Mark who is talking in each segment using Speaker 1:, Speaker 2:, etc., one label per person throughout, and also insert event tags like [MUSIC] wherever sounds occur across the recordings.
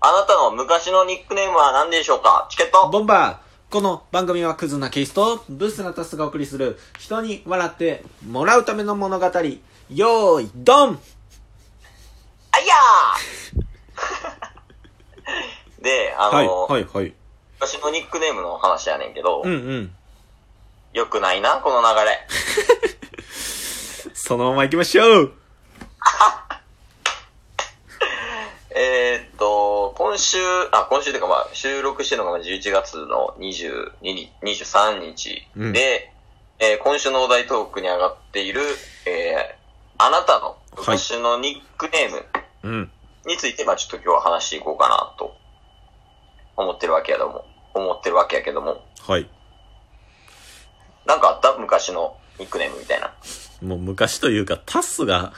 Speaker 1: あなたの昔のニックネームは何でしょうかチケット
Speaker 2: ボンバーこの番組はクズなケースとブースなタスがお送りする人に笑ってもらうための物語よーいドン
Speaker 1: あいやー [LAUGHS] で、あ
Speaker 2: はい
Speaker 1: の、
Speaker 2: はいはい
Speaker 1: 昔のニックネームの話やねんけど、
Speaker 2: うんうん
Speaker 1: よくないな、この流れ。
Speaker 2: そのまま行きましょう
Speaker 1: えーっと、今週、あ、今週というかまあ、収録してるのが11月の22日、23日で、
Speaker 2: うん
Speaker 1: えー今週のお題トークに上がっている、えーあなたの昔のニックネーム
Speaker 2: うん
Speaker 1: について、まあちょっと今日は話していこうかなと、思ってるわけやども、思ってるわけやけども、
Speaker 2: はい
Speaker 1: なんかあった昔のニックネームみたいな。
Speaker 2: もう昔というかタスが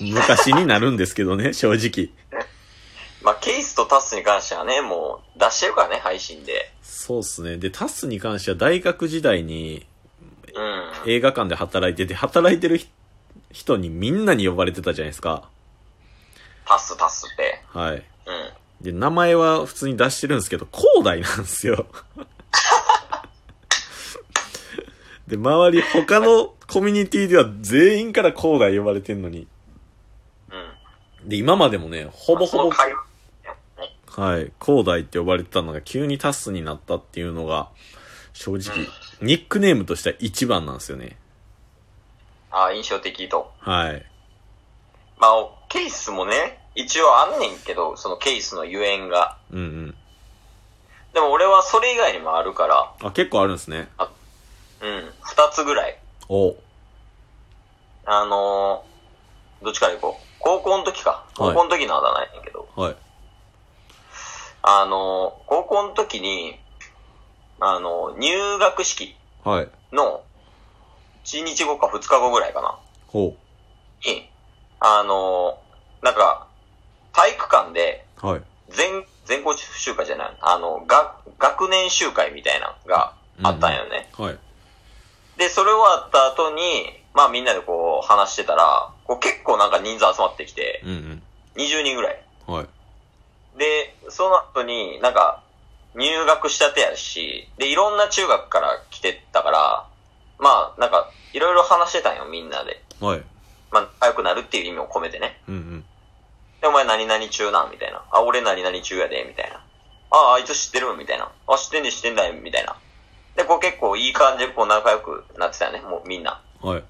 Speaker 2: 昔になるんですけど [LAUGHS] ね正直
Speaker 1: まあケースとタスに関してはね、もう出してるからね、配信で。
Speaker 2: そうっすねでタスに関しては大学時代に
Speaker 1: うん。
Speaker 2: 映画館で働いてて働いてるひ人にみんなに呼ばれてたじゃないですか
Speaker 1: タスタスって。
Speaker 2: はい
Speaker 1: うん。
Speaker 2: で、名前は普通に出してるんですけど、広大なんですよ。 [LAUGHS] で、周り他のコミュニティでは全員から広大呼ばれてんのに。
Speaker 1: うん。
Speaker 2: で、今までもね、ほぼ
Speaker 1: その
Speaker 2: ほぼ、
Speaker 1: 会話
Speaker 2: はい、広大って呼ばれてたのが急にタスになったっていうのが、正直、ニックネームとしては一番なんですよね。
Speaker 1: ああ、印象的と。
Speaker 2: はい。
Speaker 1: まあ、ケースもね、一応あんねんけど、そのケースのゆえんが。
Speaker 2: うんうん。
Speaker 1: でも俺はそれ以外にもあるか
Speaker 2: あ、結構あるんですね。
Speaker 1: ら、うん、二つぐらい。
Speaker 2: お
Speaker 1: あのー、どっちから行こう。高校の時か。高校の時のあだ名やねんけど、
Speaker 2: はい。
Speaker 1: あのー、高校の時に、あのー、入学式
Speaker 2: はい。
Speaker 1: の、1日後か2日後ぐらいかな。
Speaker 2: ほ
Speaker 1: に、あのー、なんか、体育館で、
Speaker 2: う。はい。
Speaker 1: 全、全校集会じゃない、あの、が、学年集会みたいなのがあったんよね。
Speaker 2: はい。
Speaker 1: で、それ終わった後に、まあみんなでこう話してたら、こう結構なんか人数集まってきて、
Speaker 2: うん
Speaker 1: 20人ぐらい。
Speaker 2: うん。はい。
Speaker 1: で、その後になんか入学したてやし、で、いろんな中学から来てたから、まあなんかいろいろ話してたんよ、みんなで。
Speaker 2: はい。
Speaker 1: まあ仲良くなるっていう意味を込めてね。
Speaker 2: うんうん。
Speaker 1: で、お前何々中なんみたいな。あ、俺何々中やで、みたいな。あ、あいつ知ってるみたいな。あ、知ってんね知ってんだよ、みたいな。で、こう結構いい感じでこう仲良くなってたよね、もうみんな。
Speaker 2: はい。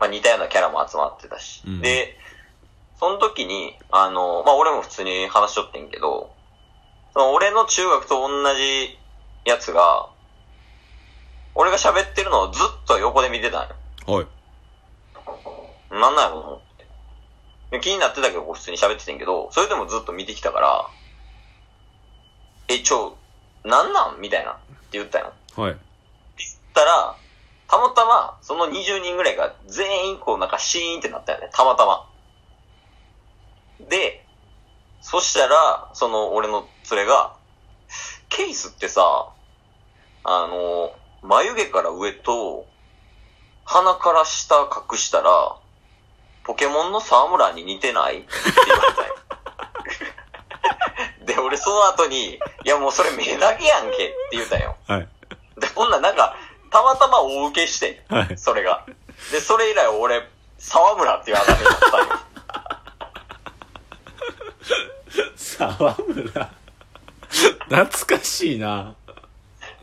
Speaker 1: まあ似たようなキャラも集まってたし。
Speaker 2: うん
Speaker 1: で、その時に、あの、まあ俺も普通に話しとってんけど、その俺の中学と同じやつが、俺が喋ってるのをずっと横で見てたんよ。
Speaker 2: はい。
Speaker 1: なんなんやろうと思って。で気になってたけど、こう普通に喋っててんけど、それでもずっと見てきたから、え、ちょ、なんなんみたいな、って言ったよ。って
Speaker 2: はい。
Speaker 1: 言ったら、たまたま、その20人ぐらいが全員こうなんかシーンってなったよね。たまたま。で、そしたら、その俺の連れが、ケースってさ、あの、眉毛から上と、鼻から下隠したら、ポケモンの沢村に似てないって言われたよ。で、俺その後に、いやもうそれ目だけやんけって言うたんよ。
Speaker 2: はい。
Speaker 1: で、ほんならなんか、たまたま大受けして、
Speaker 2: はい。
Speaker 1: それが。で、それ以来俺、沢村っていうあだ名になったんよ。
Speaker 2: 沢村。懐かしいな。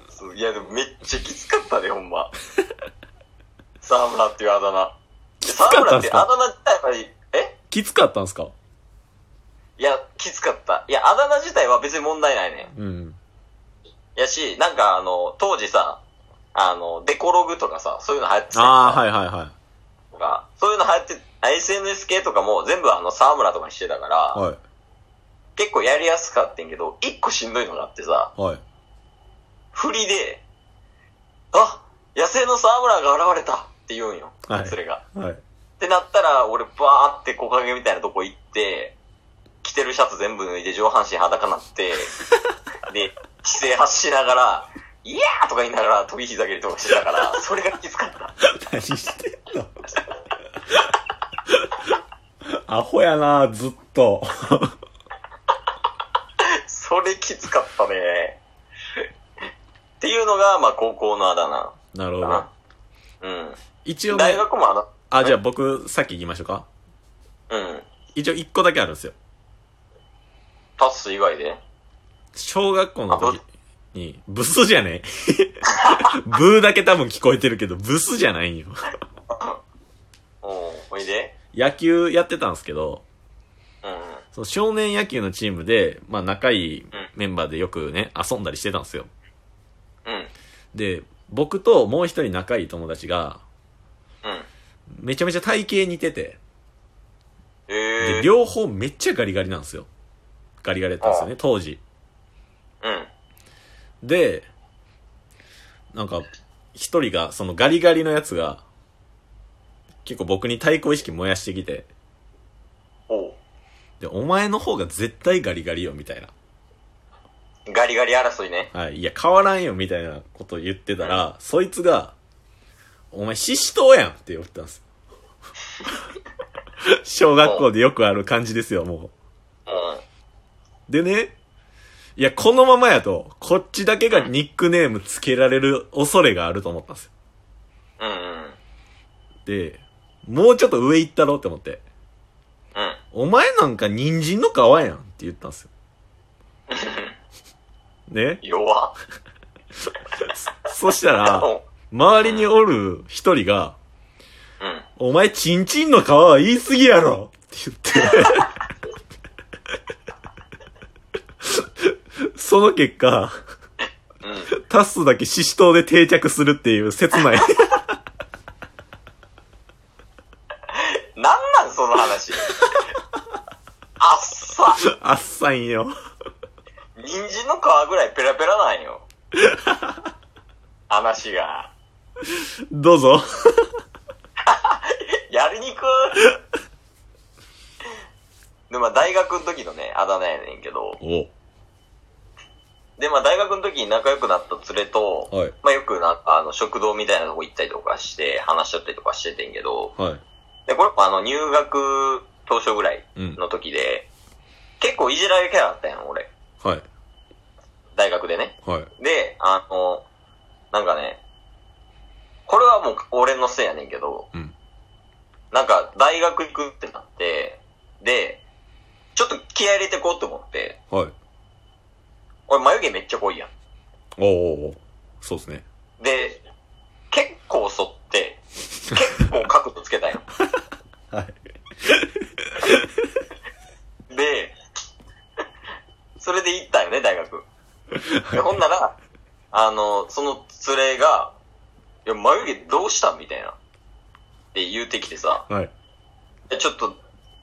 Speaker 1: そういや、でもめっちゃきつかったで、ほんま。沢村っていうあだ名。で
Speaker 2: かっ
Speaker 1: 沢
Speaker 2: たんす
Speaker 1: 村
Speaker 2: か
Speaker 1: ってあだ名自体は、え
Speaker 2: きつかったんすか
Speaker 1: いや、きつかった。いや、あだ名自体は別に問題ないね
Speaker 2: うん。
Speaker 1: ん。やし、なんかあの、当時さ、あの、デコログとかさ、そういうの流行ってたやん
Speaker 2: ああ、はいはいは
Speaker 1: とか、そういうの流行って、SNS 系とかも全部あの、沢村とかにしてたから、
Speaker 2: い。は
Speaker 1: 結構やりやすかってんけど、一個しんどいのがあってさ、
Speaker 2: い。はい。
Speaker 1: 振りで、あ野生の沢村が現れたって言うんよ。
Speaker 2: はい
Speaker 1: それが。
Speaker 2: はい。
Speaker 1: ってなったら、俺バーって木陰みたいなとこ行って、着てるシャツ全部脱いで上半身裸にな
Speaker 2: [LAUGHS]
Speaker 1: って、で、姿勢発しながら、いやーとか言いながら飛び膝蹴りとかしてたから、それがきつかった。
Speaker 2: 何してんのアホやな、ずっと。
Speaker 1: れきつかったね。っていうのが、まあ、高校のあだ名
Speaker 2: なるほ
Speaker 1: か。
Speaker 2: ど
Speaker 1: な。
Speaker 2: 一
Speaker 1: うん。
Speaker 2: 応ね
Speaker 1: 大、学もあだ、
Speaker 2: あ、じゃあ僕、さっき行きましょうか。
Speaker 1: うん。
Speaker 2: 一応一個だけあるんですよ。
Speaker 1: タッス以外で。
Speaker 2: 小学校の
Speaker 1: あ
Speaker 2: 時
Speaker 1: ぶ
Speaker 2: に、ブスじゃねえブーだけ多分聞こえてるけど、ブスじゃないんよ。
Speaker 1: おうおいで。
Speaker 2: 野球やってたんですけど、
Speaker 1: うん。うん。
Speaker 2: その少年野球のチームで、まあ仲いいメンバーでよくね、遊んだりしてたんですよ。
Speaker 1: うん。
Speaker 2: で、僕ともう一人仲いい友達が、
Speaker 1: うん。
Speaker 2: めちゃめちゃ体型似てて、
Speaker 1: ええ
Speaker 2: で、両方めっちゃガリガリなんですよ。ガリガリだったんですよね、当時。
Speaker 1: うん。
Speaker 2: で、なんか、一人が、そのガリガリのやつが、結構僕に対抗意識燃やしてきて、
Speaker 1: おう
Speaker 2: で、お前の方が絶対ガリガリよ、みたいな。
Speaker 1: ガリガリ争いね。
Speaker 2: はい、いや、変わらんよ、みたいなこと言ってたら、そいつが、お前、シシトウやんって言ったんですよ。小学校でよくある感じですよ、も
Speaker 1: う
Speaker 2: う。でね、いや、このままやと、こっちだけがニックネームつけられる恐れがあると思ったんです
Speaker 1: ん。う
Speaker 2: よ。
Speaker 1: んうん。
Speaker 2: で、もうちょっと上行ったろって思って、
Speaker 1: うん。
Speaker 2: お前なんか人参の皮やんって言ったんですよ。ね
Speaker 1: 弱っ。
Speaker 2: そ [LAUGHS] したら
Speaker 1: [LAUGHS] う、ん。
Speaker 2: 周りにおる一人が、
Speaker 1: うん。
Speaker 2: お前、チンチンの皮は言い過ぎやろって言って。その結果、
Speaker 1: うん。
Speaker 2: タスだけシシトウで定着するっていう切ない。
Speaker 1: なんなんその
Speaker 2: [LAUGHS]
Speaker 1: 話。あっさ。
Speaker 2: あっさんよ。
Speaker 1: 人参の皮ぐらいペラペラなんよ。話が。
Speaker 2: どうぞ。
Speaker 1: やりにくで、まあ大学の時のね、あだ名やねんけど。
Speaker 2: お、
Speaker 1: で、まあ大学の時に仲良くなった連れと、
Speaker 2: はい、
Speaker 1: まあよくなんかあの食堂みたいなとこ行ったりとかして、話しちゃったりとかしててんけど、
Speaker 2: はい。
Speaker 1: で、これもあの入学当初ぐらい
Speaker 2: うん、
Speaker 1: の時で、結構いじられるキャラだったんやん、俺。
Speaker 2: はい、
Speaker 1: 大学でね。
Speaker 2: はい。
Speaker 1: で、あの、なんかね、これはもう俺のせいやねんけど、
Speaker 2: うん
Speaker 1: なんか大学行くってなって、で、ちょっと気合入れてこうと思って、
Speaker 2: はい。
Speaker 1: 俺眉毛めっちゃ濃いやん。
Speaker 2: おーおーおーそうですね。
Speaker 1: で、結構剃って、結構角度つけたやん。
Speaker 2: はい。
Speaker 1: で、それで行ったよね、大学。でほんなら、あの、その連れが、いや、眉毛どうしたんみたいな。って言うてきてさ、
Speaker 2: はい。
Speaker 1: でちょっと、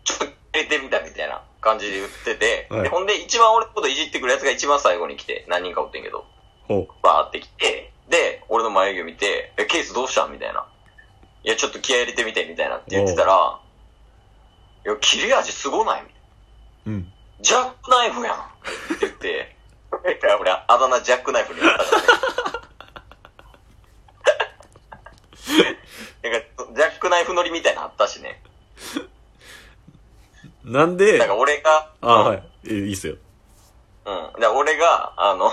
Speaker 1: ちょっと入れてみたみたいな感じで言ってて、
Speaker 2: はい
Speaker 1: でほんで一番俺のこといじってくるやつが一番最後に来て、何人かおってんけど、
Speaker 2: ほ
Speaker 1: バーって来て、で、俺の眉毛見て、え、ケースどうしたんみたいな。いや、ちょっと気合い入れてみて、みたいなって言ってたら、いや、切れ味すごないみたいな
Speaker 2: う。うん。
Speaker 1: ジャックナイフやんって言って、 [LAUGHS] いや俺、あだ名ジャックナイフになったからね。 [LAUGHS] なんか、ジャックナイフ乗りみたいなのあったしね。
Speaker 2: なんで
Speaker 1: だ、から俺が、う
Speaker 2: あ、
Speaker 1: ん
Speaker 2: はい。えいいっすよ。
Speaker 1: うん。で、俺が、あの、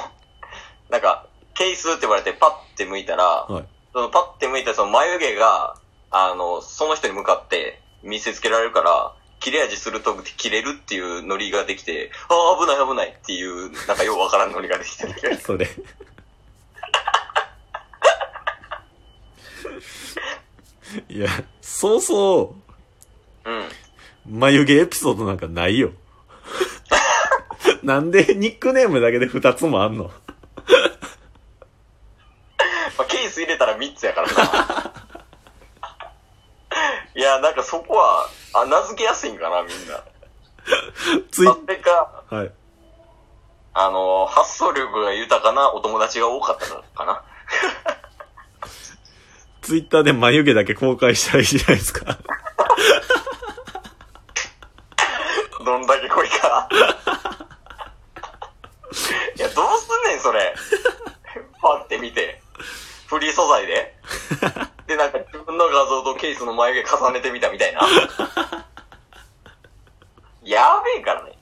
Speaker 1: なんか、ケースって言われてパッて向いたら、
Speaker 2: はい。
Speaker 1: そのパッて向いたその眉毛が、あの、その人に向かって見せつけられるから、切れ味鋭くて切れるっていうノリができて、ああ、危ない危ないっていう、なんかようわからんノリができてる
Speaker 2: それ。いや、そうそう、
Speaker 1: うん。
Speaker 2: 眉毛エピソードなんかないよ。なんでニックネームだけで二つもあんの
Speaker 1: まあ、ケース入れたら3つやからな。 [LAUGHS] いや、なんかそこは、あ、名付けやすいんかな、みんな。
Speaker 2: ツイ
Speaker 1: まあそれか、
Speaker 2: はい。
Speaker 1: あの、発想力が豊かなお友達が多かったかな。 [LAUGHS]
Speaker 2: ツイッターで眉毛だけ公開したらいいじゃないですか。
Speaker 1: どんだけ濃いか。 [LAUGHS] いや、どうすんねん、それ。パって見て。フリー素材で。で、なんか自分の画像とケースの眉毛重ねてみたみたいな。やべえからね。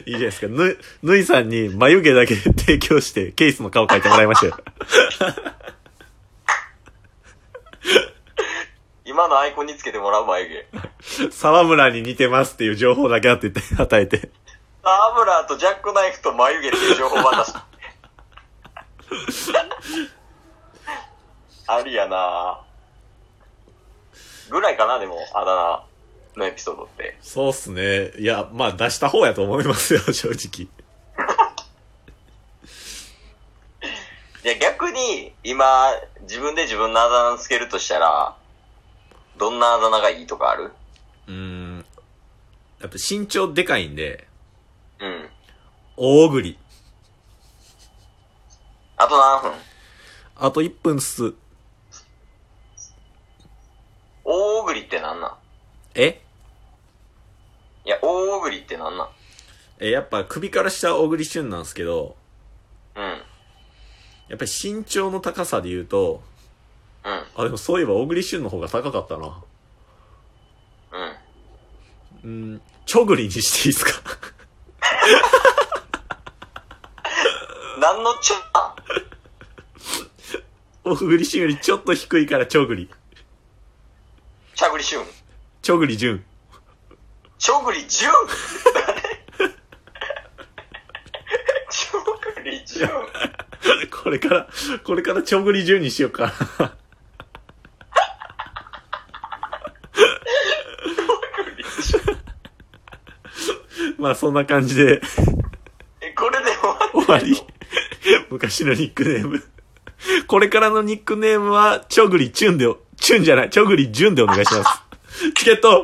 Speaker 2: いいじゃないですか。ぬ、ぬいさんに眉毛だけ提供して、ケースの顔描いてもらいましたよ。
Speaker 1: 今のアイコンにつけてもらう眉毛。
Speaker 2: 沢村に似てますっていう情報だけあって言って、与えて。
Speaker 1: アブラーとジャックナイフと眉毛っていう情報話。ありやなぐらいかな、でも、あだ名のエピソードって。
Speaker 2: そうっすね。いや、まあ出した方やと思いますよ、正直。
Speaker 1: いや、逆に、今、自分で自分のあだ名つけるとしたら、どんなあだ名がいいとかある
Speaker 2: うーん。やっぱ身長でかいんで、
Speaker 1: うん。
Speaker 2: 大栗。
Speaker 1: あと何分
Speaker 2: あと1分っす。
Speaker 1: 大栗ってなんなん
Speaker 2: え
Speaker 1: いや、大栗ってなんなん
Speaker 2: え、やっぱ首から下小栗旬なんですけど、
Speaker 1: うん。
Speaker 2: やっぱり身長の高さで言うと、
Speaker 1: うん。
Speaker 2: あ、でもそういえば小栗旬の方が高かったな。
Speaker 1: うん。
Speaker 2: うん、ちょぐりにしていいですか [LAUGHS]
Speaker 1: 何のちょあ
Speaker 2: 小栗旬よりちょっと低いからちょぐり。
Speaker 1: ちゃぐりしゅん。
Speaker 2: ちょぐり順。
Speaker 1: ちょぐりじゅんちょぐりじゅん
Speaker 2: [LAUGHS] これから、これからちょぐり順にしようかな。 [LAUGHS] まあそんな感じで
Speaker 1: え、これで終わ
Speaker 2: 終わり。昔のニックネーム。これからのニックネームは、ちょぐりチュンで、チュンじゃない、ちょぐり順でお願いします。チケット